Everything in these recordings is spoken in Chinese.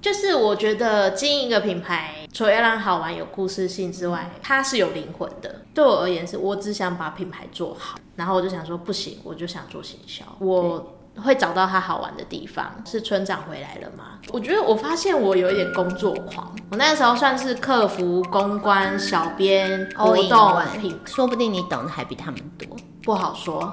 就是我觉得经营一个品牌，除了要让好玩有故事性之外，它是有灵魂的。对我而言是，我只想把品牌做好，然后我就想说不行，我就想做行销，我会找到它好玩的地方。是村长回来了吗？我觉得我发现我有一点工作狂，我那时候算是客服、公关、小编、活 All in 动 one 品，哦说不定你懂得还比他们多。不好说。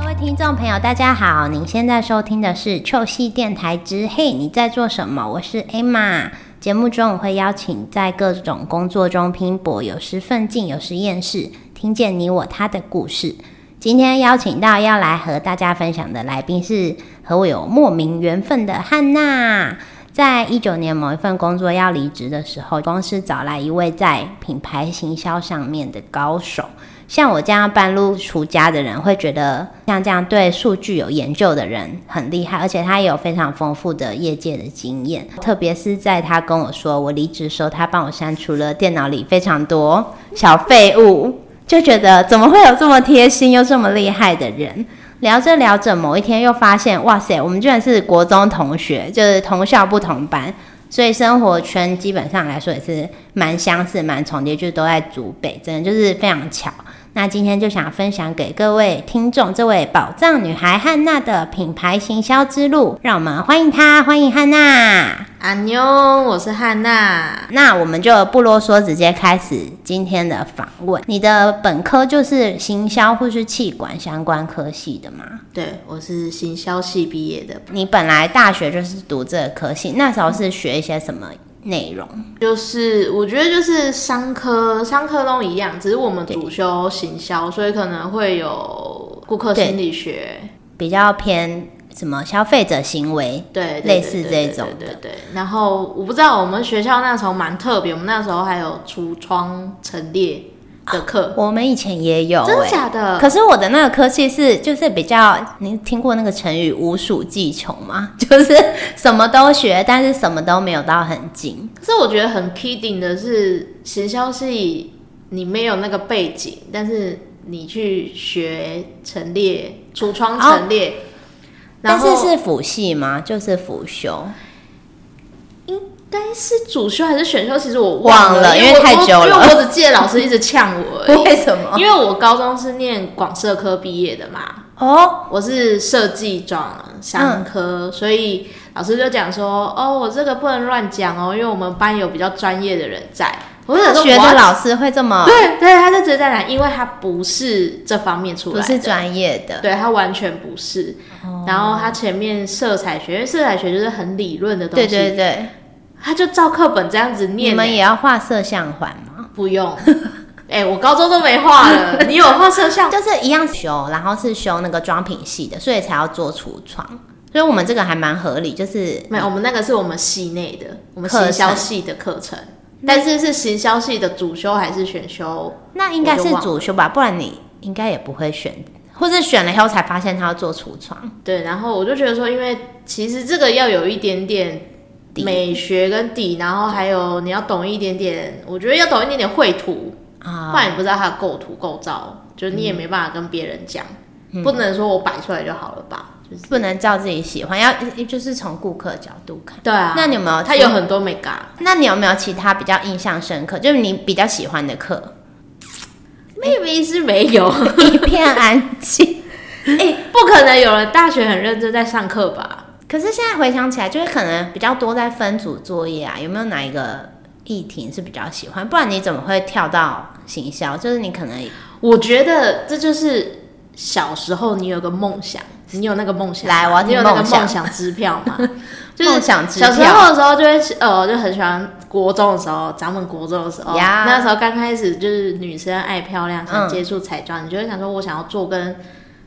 各位听众朋友，大家好，您现在收听的是秋夕电台之《嘿，你在做什么》？我是 Emma。节目中我会邀请在各种工作中拼搏，有时奋进，有时厌世，听见你我他的故事。今天邀请到要来和大家分享的来宾是和我有莫名缘分的汉娜。在一九年某一份工作要离职的时候，公司找来一位在品牌行销上面的高手。像我这样半路出家的人，会觉得像这样对数据有研究的人很厉害，而且他也有非常丰富的业界的经验。特别是在他跟我说我离职的时候，他帮我删除了电脑里非常多小废物，就觉得怎么会有这么贴心又这么厉害的人？聊着聊着，某一天又发现，哇塞，我们居然是国中同学，就是同校不同班，所以生活圈基本上来说也是蛮相似、蛮重叠，就是都在祖北，真的就是非常巧。那今天就想分享给各位听众这位宝藏女孩汉娜的品牌行销之路，让我们欢迎她，欢迎汉娜。阿妞，我是汉娜。那我们就不啰嗦，直接开始今天的访问。你的本科就是行销或是气管相关科系的吗？对，我是行销系毕业的，你本来大学就是读这个科系，那时候是学一些什么内容？就是我觉得就是商科，商科都一样，只是我们主修行销，所以可能会有顾客心理学，比较偏什么消费者行为？对，对类似这种对的对对对对然后我不知道我们学校那时候蛮特别，我们那时候还有橱窗陈列的课，我们以前也有、真的欸假的？可是我的那个科系是就是比较，你听过那个成语“无鼠技穷”吗？ 就是什么都学，但是什么都没有到很精。可是我觉得很 kidding 的是，行销系你没有那个背景，但是你去学陈列、橱窗陈列，然哦但后是是辅系吗？就是辅修，该是主修还是选修，其实我忘了，了因为我太久了我因为我只记得老师一直呛我 而已。什么？因为我高中是念广设科毕业的嘛，哦，我是设计转商嗯科，所以老师就讲说，哦，我这个不能乱讲哦，因为我们班有比较专业的人在。我大想说学的 what？老师会这么对对，他就直接在讲，因为他不是这方面出来不的，是哦专业的，对他完全不是。然后他前面色彩学，因为色彩学就是很理论的东对西，对对，他就照课本这样子念、欸你们也要画摄像环吗？不用。 哎、我高中都没画了， 你有画摄像？就是一样修，然后是修那个妆品系的，所以才要做橱窗。所以我们这个还蛮合理，就是没有，我们那个是我们系内的，我们课程行销系的课程，但是是行销系的主修还是选修？那应该是主修吧，不然你应该也不会选，或者选了以后才发现他要做橱窗。对，然后我就觉得说，因为其实这个要有一点点底美学跟底，然后还有你要懂一点点，我觉得要懂一点点绘图，啊、不然你不知道它的构图构造，就是你也没办法跟别人讲，嗯不能说我摆出来就好了吧？就是不能照自己喜欢，要就是从顾客角度看。对啊，那你有没有？它有很多美感。那你有没有其他比较印象深刻，就是你比较喜欢的课？ maybe 是没有，一片安静。 哎、不可能有人大学很认真在上课吧？可是现在回想起来，就是可能比较多在分组作业啊，有没有哪一个议题是比较喜欢？不然你怎么会跳到行销？就是你可能我觉得这就是小时候你有个梦想，你有那个梦想吗，来我要听你有那个梦想梦想支票 吗？就是梦想支小时票候的时候就会，呃，我就很喜欢国中的时候，咱们国中的时候呀那时候刚开始就是女生爱漂亮，想嗯接触彩妆，你就会想说，我想要做跟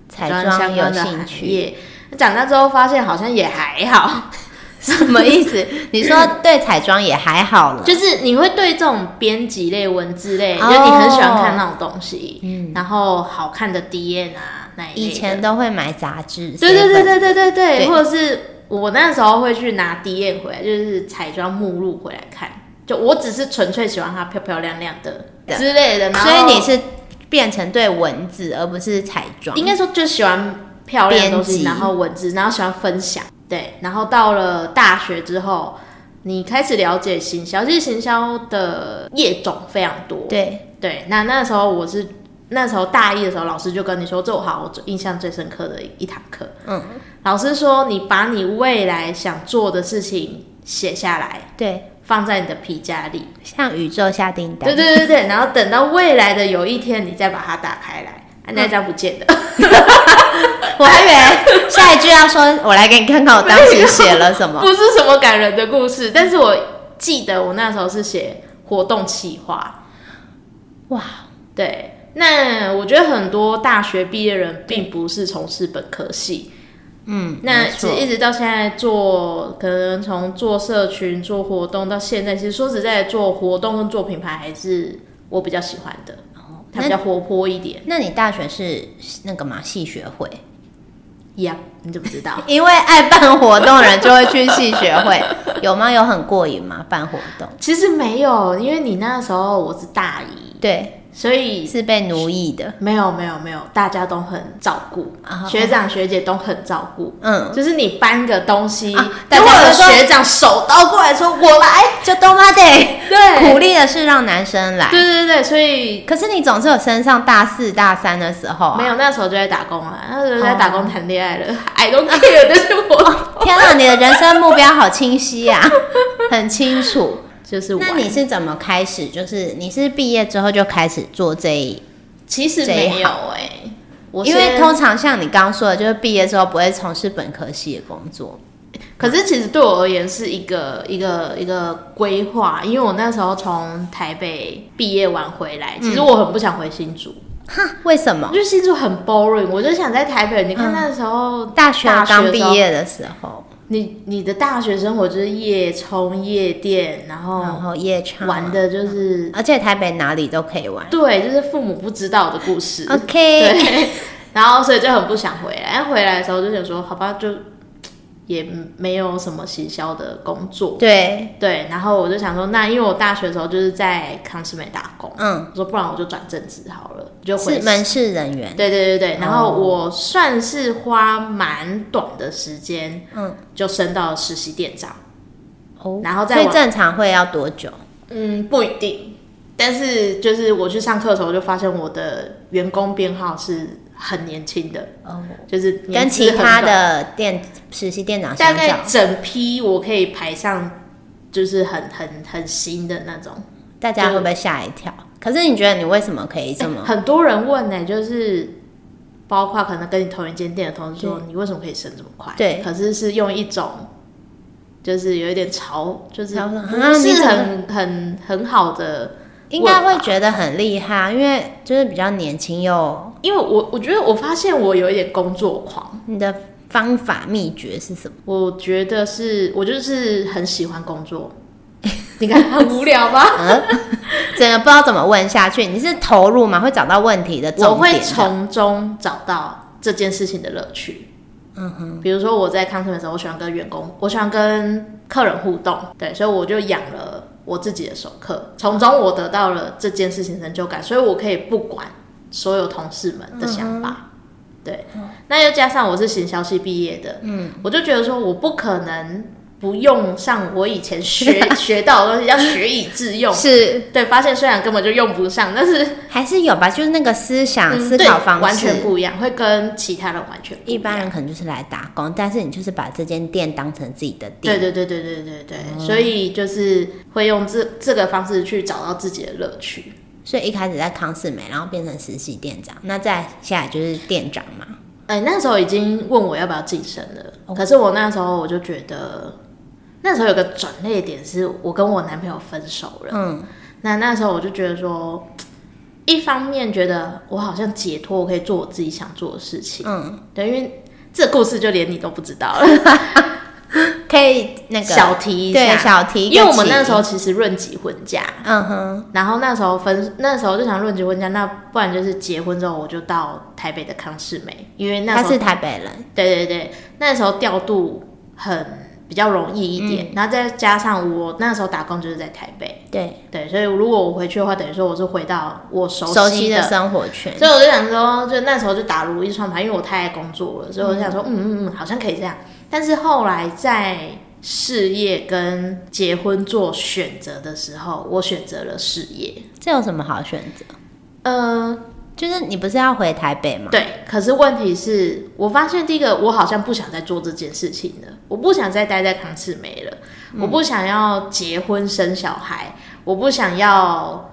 彩相妆有关的兴行趣，业。长大之后发现好像也还好，什么意思？ 你说对彩妆也还好了，就是你会对这种编辑类、文字类，哦就你很喜欢看那种东西，然后好看的 D N 啊那一类嗯以的前都会买杂志，对对对对 7-Eleven，对对对，对或者是我那时候会去拿 D N 回来，就是彩妆目录回来看，就我只是纯粹喜欢它漂漂亮亮的对之类的，然后所以你是变成对文字而不是彩妆，应该说就喜欢漂亮的东西，编辑然后文字，然后喜欢分享，对。然后到了大学之后，你开始了解行销，其实行销的业种非常多，对，对，那那时候我是那时候大一的时候，老师就跟你说，这我好，我最印象最深刻的一堂课。嗯，老师说，你把你未来想做的事情写下来，对，放在你的皮夹里。向宇宙下订对单，对对对，然后等到未来的有一天，你再把它打开来。啊、那张不见了，我还以为下一句要说，我来给你看看我当时写了什么。 不是什么感人的故事，但是我记得我那时候是写活动企划。 哇，对，那我觉得很多大学毕业人并不是从事本科系，嗯，那没其实错一直到现在做，可能从做社群、做活动到现在，其实说实在，做活动跟做品牌还是我比较喜欢的，它比较活泼一点。那你大学是那个嘛戏学会？？呀、你怎么知道因为爱办活动的人就会去戏学会，有吗？有很过瘾吗？办活动？ 其实没有，因为你那时候我是大一，对，所以是被奴役的。没有没有没有，大家都很照顾，啊学长学姐都很照顾。嗯，就是你搬个东西，啊如果大家有都说学长手刀过来说“我来哎就都妈得”，对鼓励的是让男生来。对对对，所以可是你总是有升上大四、大三的时候啊。没有，那时候就在打工啊，那时候哦在打工谈恋爱了、i don't care，就是我，天啊，你的人生目标好清晰 呀、啊，很清楚。 就是我。那你是怎么开始？就是你是毕业之后就开始做这一，其实没有哎、我因为先通常像你刚刚说的，就是毕业之后不会从事本科系的工作。可是其实对我而言是一个一个一个规划，因为我那时候从台北毕业完回来，嗯其实我很不想回新竹，哈，为什我么？觉得新竹很 boring，我就想在台北。你嗯看那时候、大学大学的时候刚毕业的时候，你你的大学生活就是夜冲夜店，然然后后夜唱玩，的就是、而且台北哪里都可以玩。对，就是父母不知道的故事。哦 OK，对， 然后所以就很不想回来。回来的时候就想说，好吧，就也没有什么行销的工作。对，对，然后我就想说，那因为我大学的时候就是在康斯美打工，嗯，我说不然我就转正职好了，就回是。门市人员。对对对对，然哦后我算是花蛮短的时间，嗯，就升到实习店长。哦然后再所以往正常会要多久？嗯，不一定，但是就是我去上课的时候，就发现我的员工编号是很年轻的，哦，就是年跟资其很他短的店实习店长大相概较，整批我可以排上，就是很很很新的那种。大家会不会吓一跳？可是你觉得你为什么可以这么？欸很多人问呢、就是包括可能跟你同一间店的同事说，你为什么可以升这么快？嗯对可是是用一种就是有一点嘲，就是嘲讽不啊你是怎么很很很好的。 应该会觉得很厉害啊，因为就是比较年轻又因为我我觉得我发现我有一点工作狂，你的方法秘诀是什么？我觉得是我就是很喜欢工 作。你看很无聊吧？ 真的不知道怎么问下去。你是投入吗？会找到问题的重点我会的从中找到这件事情的乐趣。嗯哼，比如说我在康城的时候，我喜欢跟员工，我喜欢跟客人互动，对，所以我就养了我自己的手课，从中我得到了这件事情成就感，所以我可以不管所有同事们的想法。对，那又加上我是行销系毕业的，嗯，我就觉得说我不可能不用上我以前学 学到的东西，要学以致用。是对，发现虽然根本就用不上，但是还是有吧，就是那个思想、嗯思对考方式完全不一样，会跟其他人完全不一样。般人可能就是来打工，但是你就是把这间店当成自己的对店。对对对对对对，所以就是会用这这个方式去找到自己的乐趣。所以一开始在康世美，然后变成实习店长，那再下来就是店长嘛。哎、那时候已经问我要不要晋升了，可是我那时候我就觉得，那时候有个转捩点是我跟我男朋友分手了。嗯，那那时候我就觉得说，一方面觉得我好像解脱，我可以做我自己想做的事情。嗯，对，因为这故事就连你都不知道了，可以那个小提一下。对小提一个起，因为我们那时候其实论及婚嫁，嗯哼，然后那时候分，那时候就想论及婚嫁，那不然就是结婚之后我就到台北的康世美，因为那他时候是台北人，对对对，那时候调度很比较容易一嗯点。然后再加上我那时候打工就是在台北，对，对，所以如果我回去的话，等于说我是回到我熟熟悉的的生活圈，所以我就想说，就那时候就打如意算盘，因为我太爱工作了，所以我就想说，嗯嗯嗯，好像可以这样。但是后来在事业跟结婚做选择的时候，我选择了事业。这有什么好选择？呃，就是你不是要回台北吗？对。可是问题是我发现，第一个我好像不想再做这件事情了，我不想再待在康世美了，嗯我不想要结婚生小孩，我不想要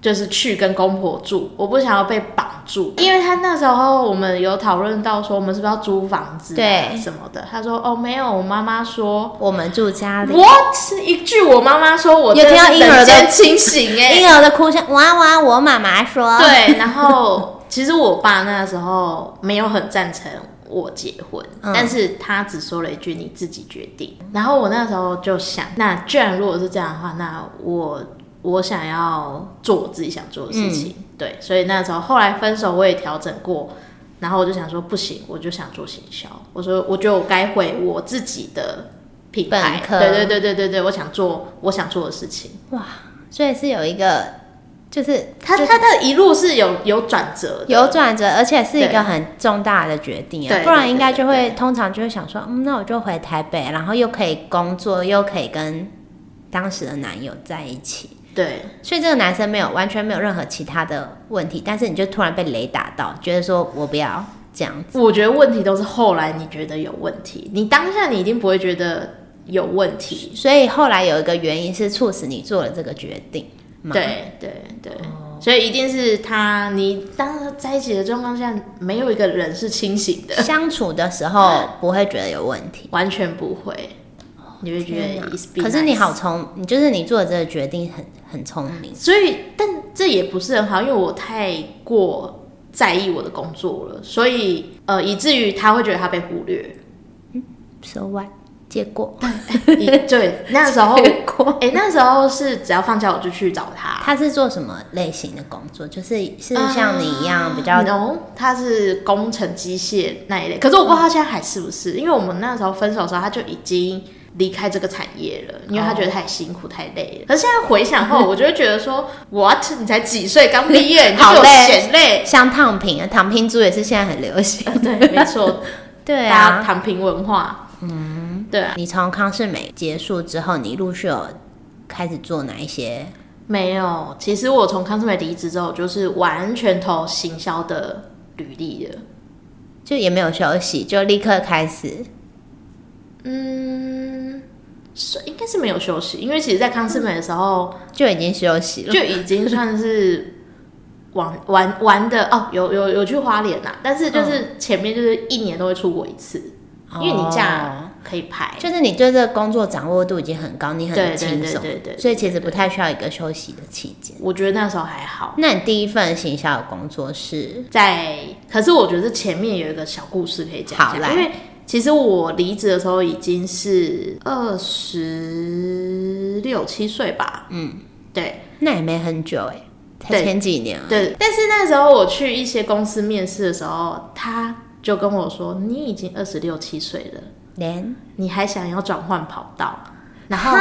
就是去跟公婆住，我不想要被绑住，因为他那时候我们有讨论到说我们是不是要租房子、啊对什么的，他说哦没有，我妈妈说我们住家里， what 一句我妈妈说我有听到真的是婴儿的人间清醒哎、婴儿的哭声，哇哇，我妈妈说，，对，然后其实我爸那时候没有很赞成我结婚，嗯但是他只说了一句“你自己决定”。然后我那时候就想，那既然如果是这样的话，那我我想要做我自己想做的事情。嗯对，所以那时候后来分手我也调整过。然后我就想说，不行，我就想做行销。我说，我觉得我该回我自己的品牌本。科对对对对对对，我想做我想做的事情。哇，所以是有一个，就是他就他的一路是有有转折的，有转折，而且是一对个很重大的决定啊，对不然对应该就对对会通常就会想说，嗯，那我就回台北，然后又可以工作，又可以跟当时的男友在一起，对。所以这个男生没有完全没有任何其他的问题，但是你就突然被雷打到，觉得说我不要这样，我觉得问题都是后来你觉得有问题，你当下你一定不会觉得有问题。所以后来有一个原因是促使你做了这个决 定吗？，哦对对对，所以一定是他，你当时在一起的状况下，没有一个人是清醒的，相处的时候不会觉得有问题。完全不会。你会觉天得哪 is be 可是你 nice 好聪，你就是你做的这个决定很很聪明，所以，但这也不是很好，因为我太过在意我的工作了，所以呃，以至于他会觉得他被忽略。手腕结果以对，那时 候，哎、果，那时候是只要放假我就去找他，他是做什么类型的工作？就是是啊像你一样比较 no，他是工程机械那一类，可是我不知道他现在还是不是，因为我们那时候分手的时候，他就已经离开这个产业了，因为他觉得太辛苦、太累了。可是现在回想后，我就会觉得 说，what？你才几岁，刚毕业，你就好给我累嫌累？像躺平啊，躺平族也是现在很流行。 对，没错，对大家啊，躺平文化，嗯，对啊。你从康世美结束之后，你陆续有开始做哪一些？没有，其实我从康斯美离职之后，就是完全投行销的履历了。就也没有休息，就立刻开始。嗯，是应该是没有休息，因为其实，在康斯美的时候，就已经休息了，就已经算是玩玩玩的哦，有有有去花莲呐、但是嗯就是前面就是一年都会出国一次，因为你哦假可以排，就是你对这个工作掌握度已经很高，你对对很轻对松，对对。所以其实不太需要一个休息的期间。我觉得那时候还好，那你第一份行销的工作是在可是我觉得前面有一个小故事可以讲好一来下，因为其实我离职的时候已经是二十六七岁吧，嗯，对，那也没很久哎、才对前几年啊。对，但是那时候我去一些公司面试的时候，他就跟我说：“你已经二十六七岁了，连你还想要转换跑 道？”然后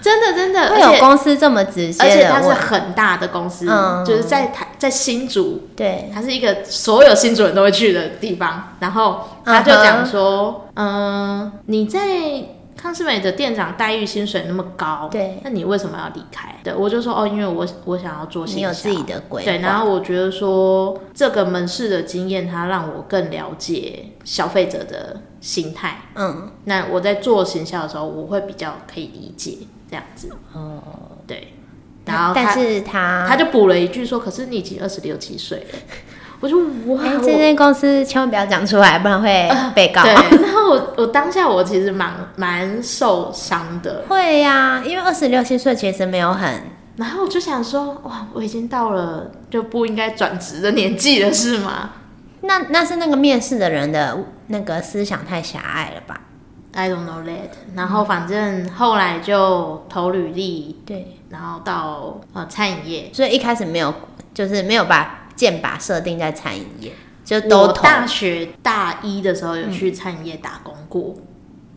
真的真的，而会有且公司这么直而接且的它是问，很大的公司，嗯就是在台在新竹，对，它是一个所有新竹人都会去的地方。然后他就讲说：“嗯、你在。”康斯美的店长待遇薪水那么高，对那你为什么要离开？对我就说哦，因为我我想要做行你有销自己的规划，对，然后我觉得说这个门市的经验，它让我更了解消费者的心态。嗯，那我在做行销的时候，我会比较可以理解这样子。哦，对。然后但他是他他就补了一句说：“可是你已经二十六七岁了。”我就哇，哎，我这间公司千万不要讲出来，不然会被 告。对。然后我我当下我其实蛮蛮受伤的。 会呀、因为二十六七岁其实没有很，然后我就想说，哇，我已经到了就不应该转职的年纪了，是吗？那那是那个面试的人的那个思想太狭隘了吧？ I don't know that。然后反正后来就投履历，对，然后到呃餐饮业。所以一开始没有，就是没有把剑拔设定在餐饮业，就我都投。大学大一的时候有去餐饮业打工过，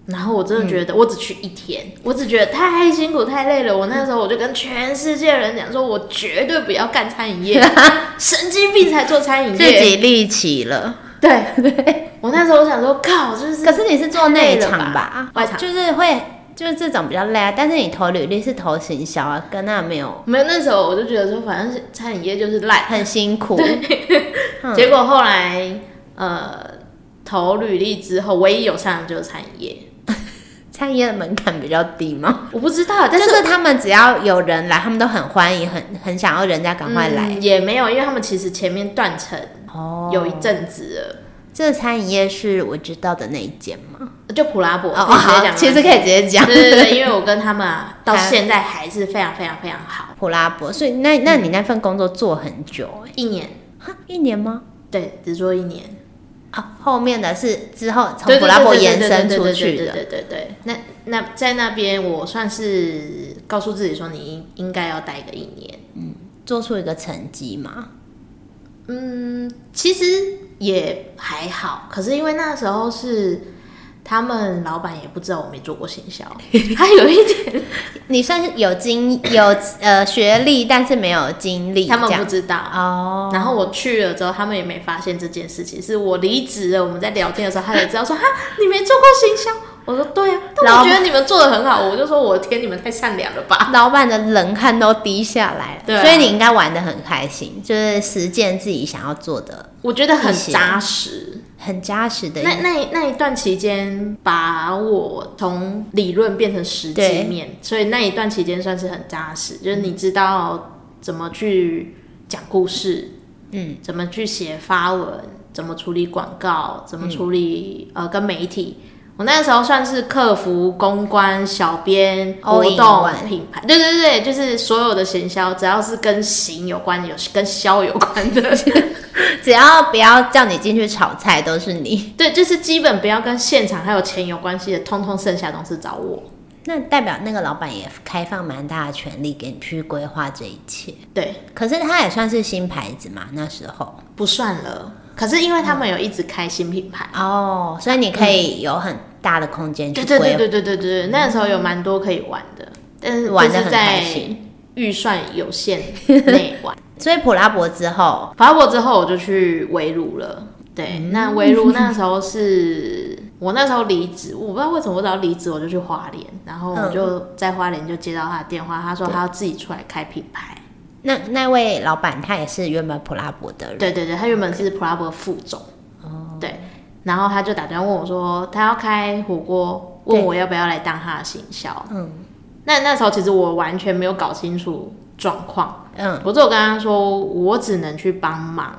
然后我真的嗯觉得，我只去一天，我只觉得太辛苦太累了。我那时候我就跟全世界人讲说，我绝对不要干餐饮 业，神经病才做餐饮自业。己立起了。对对，我那时候我想说，靠，就是 可是你是做内场太累了吧哦吧？外场就是会就是这种比较累啊，但是你投履历是投行销啊，跟那没有没有那时候我就觉得说，反正餐饮业就是烂。很辛苦。嗯结果后来呃投履历之后，唯一有上的就是餐饮业。餐饮业的门槛比较低 嘛，我不知道，但但是哦是他们只要有人来，他们都很欢迎，很很想要人家赶快来。嗯也没有，因为他们其实前面断层哦有一阵子了，这个餐饮业是我知道的那一间吗？就普拉博，哦，可以直接好，讲其实吗可以直接讲。对对对，因为我跟他们啊，到现在还是非常非常非常好，普拉博，所以那那你那份工作做很久、欸，一年，哈一年吗？对，只做一年，啊，后面的是之后从对普对拉博对对延对伸对出对去对的，对对对对。那那在那边，我算是告诉自己说，你应应该要待个一年。做出一个成绩嘛。嗯，其实也还好，可是因为那时候是他们老板也不知道我没做过行 销，他有一点你算是有经 有呃学历，但是没有经历，他们不这样知道。哦。然后我去了之后，他们也没发现这件事情。是我离职了，我们在聊天的时候，他才知道说：“哈，你没做过行销。”我说：“对啊。”但老我觉得你们做的很好，我就说：“我的天，你们太善良了吧啊老板的冷汗都滴下来了，对啊所以你应该玩的很开心，就是实践自己想要做的，！”我觉得很一些扎实。很扎实的一那那那一段期间，把我从理论变成实对际面，所以那一段期间算是很扎实，就是你知道怎么去讲故事，嗯，怎么去写发文，怎么处理广告，怎么处理、呃跟媒体。我那时候算是客服、公关、小编、 All 活 in 动 one、品牌，对对对，就是所有的行销，只要是跟行有关、有跟销有 关的，只要不要叫你进去炒菜，都是你。对，就是基本不要跟现场还有钱有关系的，通通剩下都是找我。那代表那个老板也开放蛮大的权利给你去规划这一切。对，可是他也算是新牌子嘛，那时候不算了。可是因为他们有一直开新品牌，哦，所以你可以有很大的空间去对规对划，对对对对对，那时候有蛮多可以玩的，但是就玩的是很开在心。预算有限内玩。所以普拉博之后，法国之后我就去围炉了。对，嗯那围炉那时候是我那时候离职，我不知道为什么我只要离职我就去花莲，然后嗯我就在花莲就接到他的电话，他说他要自己出来开品牌。那那位老板他也是原本普拉博的人，哦对对对，他原本是普拉博副总，对，然后他就打电话问我说他要开火锅，问对我要不要来当他的行销。嗯那那时候其实我完全没有搞清楚状况，嗯，我只有跟他说我只能去帮忙，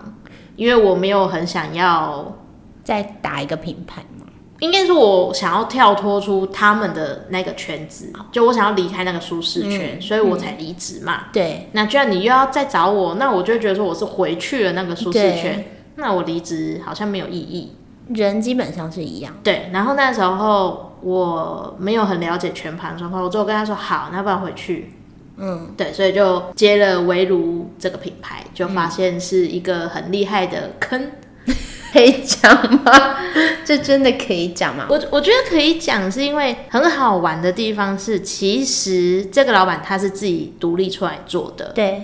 因为我没有很想要再打一个品牌嘛。应该说，我想要跳脱出他们的那个圈子，就我想要离开那个舒适嗯圈，所以我才离职嘛。对，那既然你又要再找我，那我就会觉得说我是回去了那个舒适圈，那我离职好像没有意义。人基本上是一样。 对，然后那时候我没有很了解全盘状况，我就跟他说好，那不然回去。嗯，对，所以就接了围炉这个品牌，就发现是一个很厉害的坑。可以讲吗？ 这真的可以讲吗？我我觉得可以讲，是因为很好玩的地方是，其实这个老板他是自己独立出来做的，对，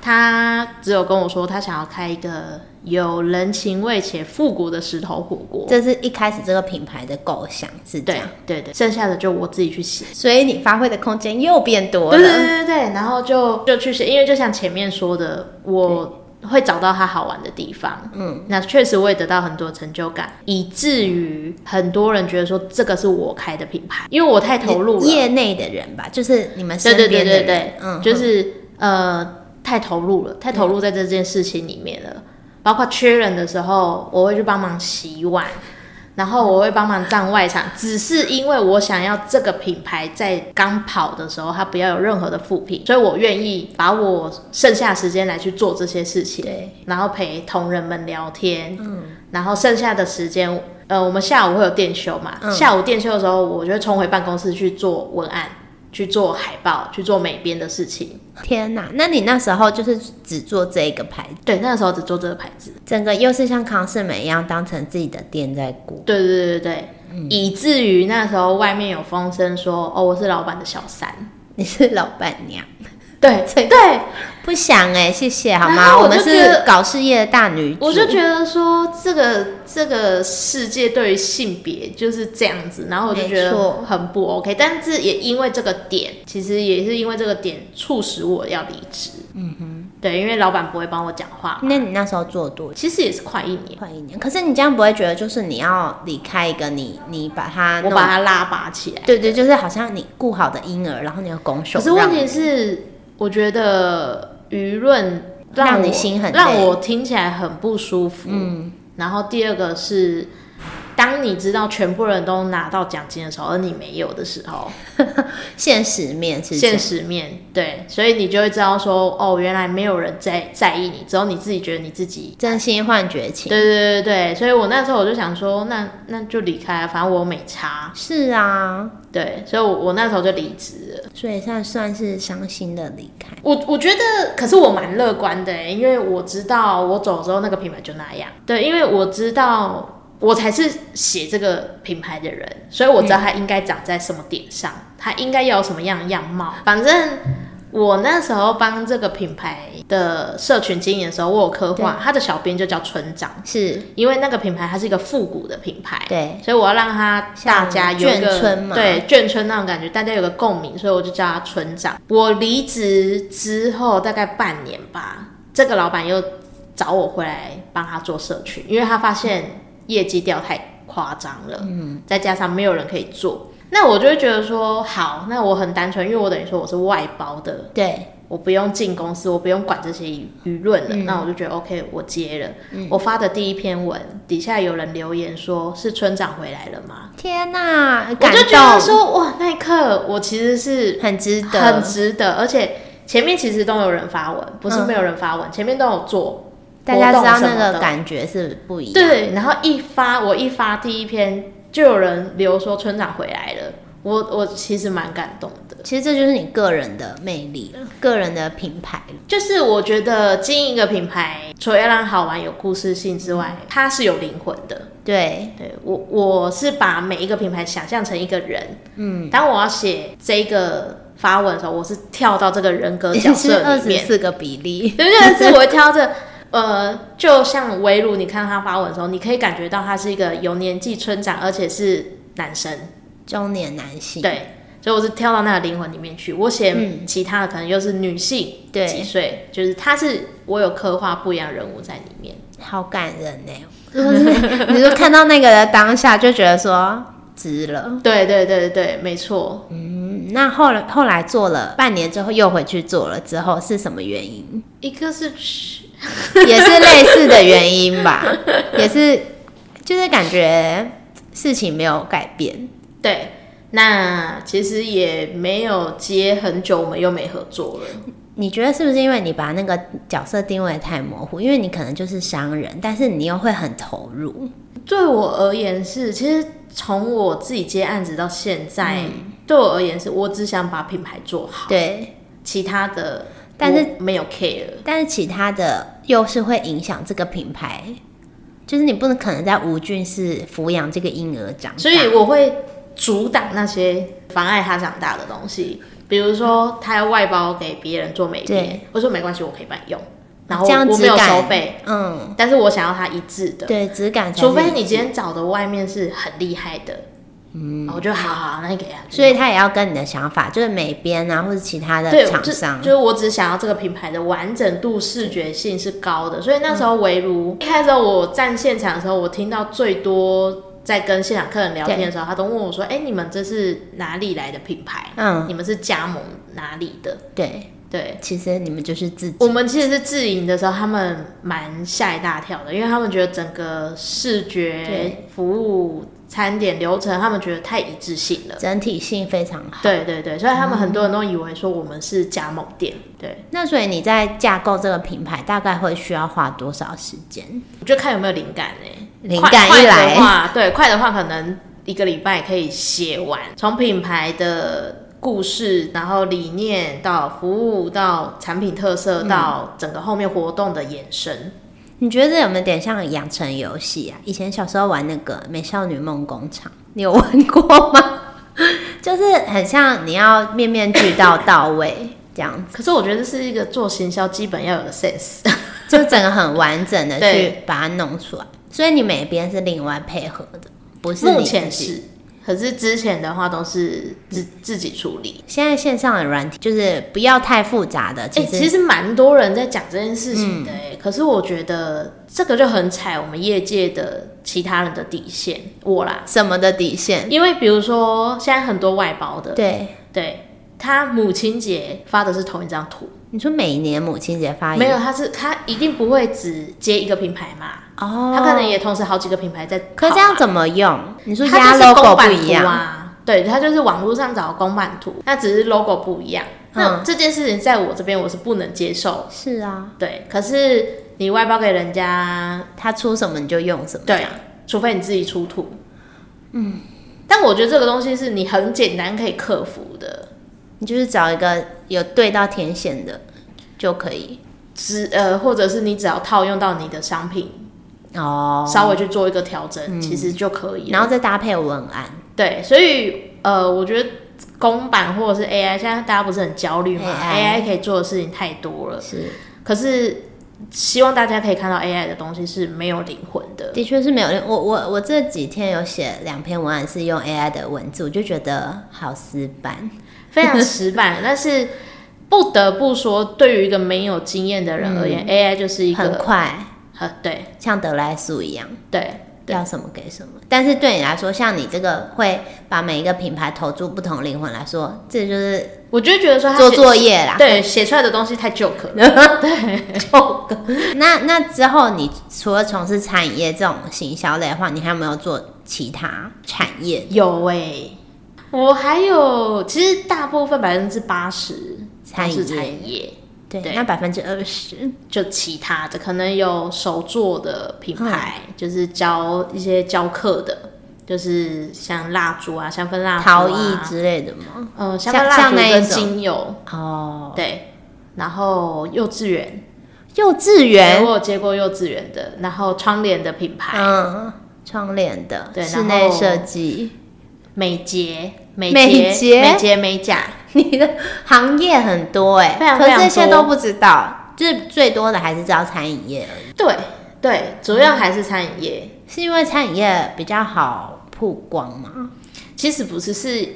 他只有跟我说他想要开一个有人情味且复古的石头火锅。这是一开始这个品牌的构想是这对样，对对，剩下的就我自己去写。所以你发挥的空间又变多对对了。对对对，然后就就去写，因为就像前面说的，我会找到它好玩的地方。嗯，那确实我也得到很多成就感，以至于很多人觉得说这个是我开的品牌，因为我太投入了。业内的人吧，就是你们身对对边对的对人，对，嗯，就是呃，太投入了，太投入在这件事情里面了。包括缺人的时候，我会去帮忙洗碗，然后我会帮忙站外场，只是因为我想要这个品牌在刚跑的时候，它不要有任何的负评，所以我愿意把我剩下时间来去做这些事情，对，然后陪同仁们聊天，嗯，然后剩下的时间。呃，我们下午会有电休嘛？嗯下午电休的时候，我就会冲回办公室去做文案，去做海报，去做美编的事情。天哪！那你那时候就是只做这一个牌子，对，那个时候只做这个牌子。整个又是像康世美一样当成自己的店在顾，对对对对对，嗯以至于那时候外面有风声说，哦，我是老板的小三。你是老板娘，对这对，不想哎、谢谢好然吗？后我我就们觉是得搞事业的大女主，我就觉得说这个这个世界对于性别就是这样子，然后我就觉没错得很不 OK。但是也因为这个点，其实也是因为这个点促使我要离职。嗯哼，对，因为老板不会帮我讲话，那你那时候做多久其实也是快一年，快一年，可是你这样不会觉得就是你要离开一个你你把它啊我弄把它拉拔起来。对对，就是好像你顾好的婴儿，然后你要拱手可让。是问题是，我觉得舆论让让你我心很累让我听起来很不舒服。嗯，然后第二个是，当你知道全部人都拿到奖金的时候，而你没有的时候，现实面是现实，实面对，所以你就会知道说，哦，原来没有人在在意你，只有你自己觉得你自己。真心换绝对情。对对对对，所以我那时候我就想说，那那就离开啊，反正我没差。是啊，对，所以我我那时候就离职了。所以算算是伤心的离开。我我觉得，可是我蛮乐观的、欸，因为我知道我走之后那个品牌就那样。对，因为我知道我才是写这个品牌的人，所以我知道它应该长在什么点上，它应该要有什么样的样貌。反正我那时候帮这个品牌的社群经营的时候，我有刻画，它的小编就叫村长，是，因为那个品牌它是一个复古的品牌，对，所以我要让他大家有一像眷个村嘛对眷村那种感觉，大家有个共鸣，所以我就叫他村长。我离职之后大概半年吧，这个老板又找我回来帮他做社群，因为他发现业绩掉太夸张了，嗯，再加上没有人可以做，那我就会觉得说，好，那我很单纯，因为我等于说我是外包的对，我不用进公司，我不用管这些舆舆论了，嗯那我就觉得 OK，我接了。我发的第一篇文底下有人留言说：“是村长回来了吗天哪、？”我感就觉得动，说，哇，那一刻我其实是很值得，很值得，而且前面其实都有人发文，不是嗯没有人发文，前面都有做，大家知道活动那什么个的感觉是不一样。对，然后一发我一发第一篇就有人留说村长回来了，我我其实蛮感动的。其实这就是你个人的魅力嗯了，个人的品牌了。就是我觉得经营一个品牌，除了要让好玩有故事性之外，嗯它是有灵魂的。对，对我，我是把每一个品牌想象成一个人。嗯，当我要写这个发文的时候，我是跳到这个人格 你角是色二里十面。四个比例， 对对对，是我会挑着。 呃，就像围炉，你看他发文的时候，你可以感觉到他是一个有年纪村长，而且是男生。中年男性。对，所以我是跳到那个灵魂里面去。我写嗯其他的可能又是女性对几岁，就是她是我有刻画不一样人物在里面。好感人呢、就是你就看到那个的当下，就觉得说值了。对对对对，没错。嗯，那后来后来做了半年之后又回去做了，之后是什么原因？ 一个是去也是类似的原因吧，也是就是感觉事情没有改变。对，那其实也没有接很久，我们又没合作了。你觉得是不是因为你把那个角色定位太模糊？因为你可能就是商人，但是你又会很投入。对我而言是，其实从我自己接案子到现在，对我而言是我只想把品牌做好，对，其他的但是我没有 care。但是其他的又是会影响这个品牌，就是你不能可能在无菌室抚养这个婴儿长大，所以我会阻挡那些妨碍他长大的东西，比如说他要外包给别人做美编对，我说没关系，我可以帮你用，然后这样我质没有感收费，嗯，但是我想要他一致的，对，质感才是除非你今天找的外面是很厉害的，嗯，我就好好，那你给他，所以他也要跟你的想法，就是美编啊，或者其他对的厂就商就是我只想要这个品牌的完整度、视觉性是高的，所以那时候围炉、一开始我站现场的时候，我听到最多在跟现场客人聊天的时候，他都问我说：“哎、你们这是哪里来的品牌？嗯你们是加盟哪里的对，？”对。其实你们就是自己我们其实是自营的时候，他们蛮吓一大跳的，因为他们觉得整个视觉对、服务、餐点流程，他们觉得太一致性了。整体性非常好。对对对，所以他们很嗯多人都以为说我们是加盟店，对，那所以你在架构这个品牌，大概会需要花多少时间？我就看有没有灵感哎、灵快感快一的来，话， 对，快的话可能一个礼拜可以写完，从品牌的故事，然后理念到服务，到产品特色，到整个后面活动的延伸。你觉得这有没有点像养成游戏啊？以前小时候玩那个《美少女梦工厂》，你有问过吗？ 就是很像你要面面俱到到位这样子，可是我觉得这是一个做行销基本要有的 sense。就整个很完整的去对把它弄出来。所以你每边是另外配合的，不是目你前自己是，可是之前的话都是自自己处理。现在线上的软体就是不要太复杂的，哎、其实、嗯其实蛮多人在讲这件事情的、哎、可是我觉得这个就很踩我们业界的其他人的底线，我啦，什么的底线，因为比如说现在很多外包的，对，对他母亲节发的是同一张图，你说每年母亲节发一没有，他是他一定不会只接一个品牌嘛，哦，他可能也同时好几个品牌在跑嘛，可这样怎么用？你说它压就是 logo 公不版一图样，啊，对，它就是网络上找的公版图，那只是 logo 不一样。那嗯这件事情在我这边我是不能接受，是啊，对。可是你外包给人家，他出什么你就用什么，对，除非你自己出图，嗯。但我觉得这个东西是你很简单可以克服的，你就是找一个有对到天线的就可以只呃，或者是你只要套用到你的商品，哦，嗯稍微去做一个调整，其实就可以了。然后再搭配文案，对，所以呃，我觉得公版或者是 AI，现在大家不是很焦虑嘛 AI AI 可以做的事情太多了，是可是希望大家可以看到 AI 的东西是没有灵魂 的。的确是没有。我我我这几天有写两篇文案是用 AI 的文字，我就觉得好死板，非常死板，但是不得不说，对于一个没有经验的人而言、a i 就是一嗯很个快，很对像德莱素一样。对要什么给什么。但是对你来说，像你这个会把每一个品牌投注不同灵魂来说，这就是我就觉得说他做写作业啦。对写出来的东西太 joke 了。 那那之后，你除了从事餐饮业这种行销类的话，你还有没有做其他产业？有哎、我还有，其实大部分百分之八十餐都饮是业产业，对，对那百分之二十，就其他的，可能有手做的品牌，嗯就是教一些教课的，就是像蜡烛啊、香氛蜡烛、啊、陶艺之类的吗？呃，香像氛蜡像烛那一跟种精油，哦，对。然后幼稚园，幼稚对园，我有接过幼稚园的，然后窗帘的品牌，嗯，窗帘的，对然室内后设计， 美睫、美美睫睫、美睫、美甲，你的行业很多哎、非常可非是常这些多都不知道，就是最多的还是知道餐饮业而已。对对，主要还是餐饮业。是因为餐饮业比较好曝光嘛？其实不是，是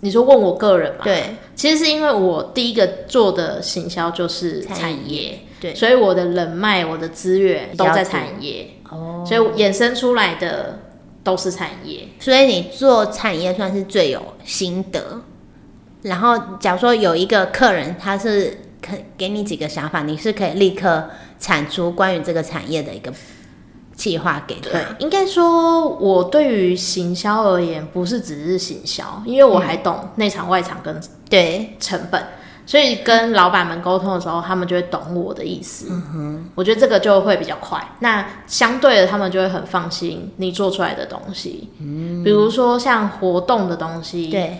你说问我个人嘛？对其实是因为我第一个做的行销就是餐产饮业，对，所以我的人脉、我的资源都在产业，哦，所以衍生出来的都是产业。所以你做餐饮业算是最有心得。然后，假如说有一个客人，他是可给你几个想法，你是可以立刻产出关于这个产业的一个计划给他。对，应该说我对于行销而言，不是只是行销，因为我还懂内场、外场跟对，成本。所以跟老板们沟通的时候，他们就会懂我的意思。嗯哼，我觉得这个就会比较快。那相对的，他们就会很放心你做出来的东西。嗯，比如说像活动的东西，对，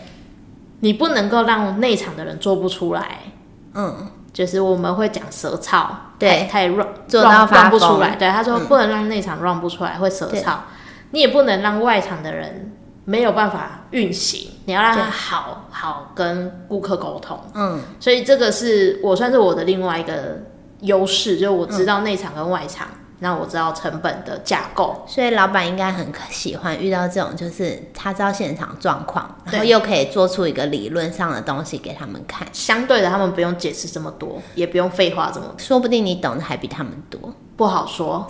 你不能够让内场的人做不出来，嗯，就是我们会讲舌操，对太 run 做到发 run 不疯嗯出来。对，他说不能让内场 run 不出来，会舌对操，你也不能让外场的人没有办法运行，你要让对他好好跟顾客沟通。嗯，所以这个是我算是我的另外一个优势，就是我知道内场跟外场，那我知道成本的架构。所以老板应该很喜欢遇到这种，就是他知道现场状况，然后对又可以做出一个理论上的东西给他们看。相对的，他们不用解释这么多，也不用废话这么多，说不定你懂的还比他们多。不好 说。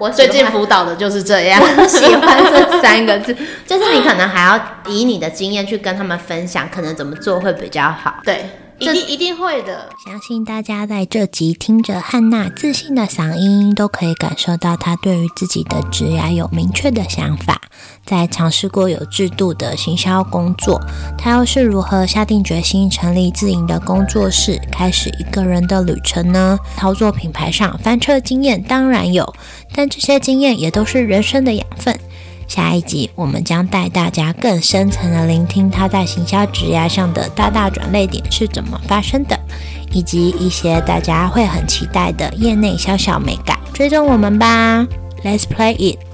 我最近辅导的就是这样。喜欢这三个字，就是你可能还要以你的经验去跟他们分享，可能怎么做会比较好。 对，一这定一定会的。相信大家在这集听着汉娜自信的嗓音，都可以感受到她对于自己的职涯有明确的想法。在尝试过有制度的行销工作，她又是如何下定决心成立自营的工作室，开始一个人的旅程呢？操作品牌上翻车经验当然有，但这些经验也都是人生的养分。下一集我们将带大家更深层的聆听她在行销职涯上的大大转捩点是怎么发生的。以及一些大家会很期待的业内小小美感。追踪我们吧，Let's play it。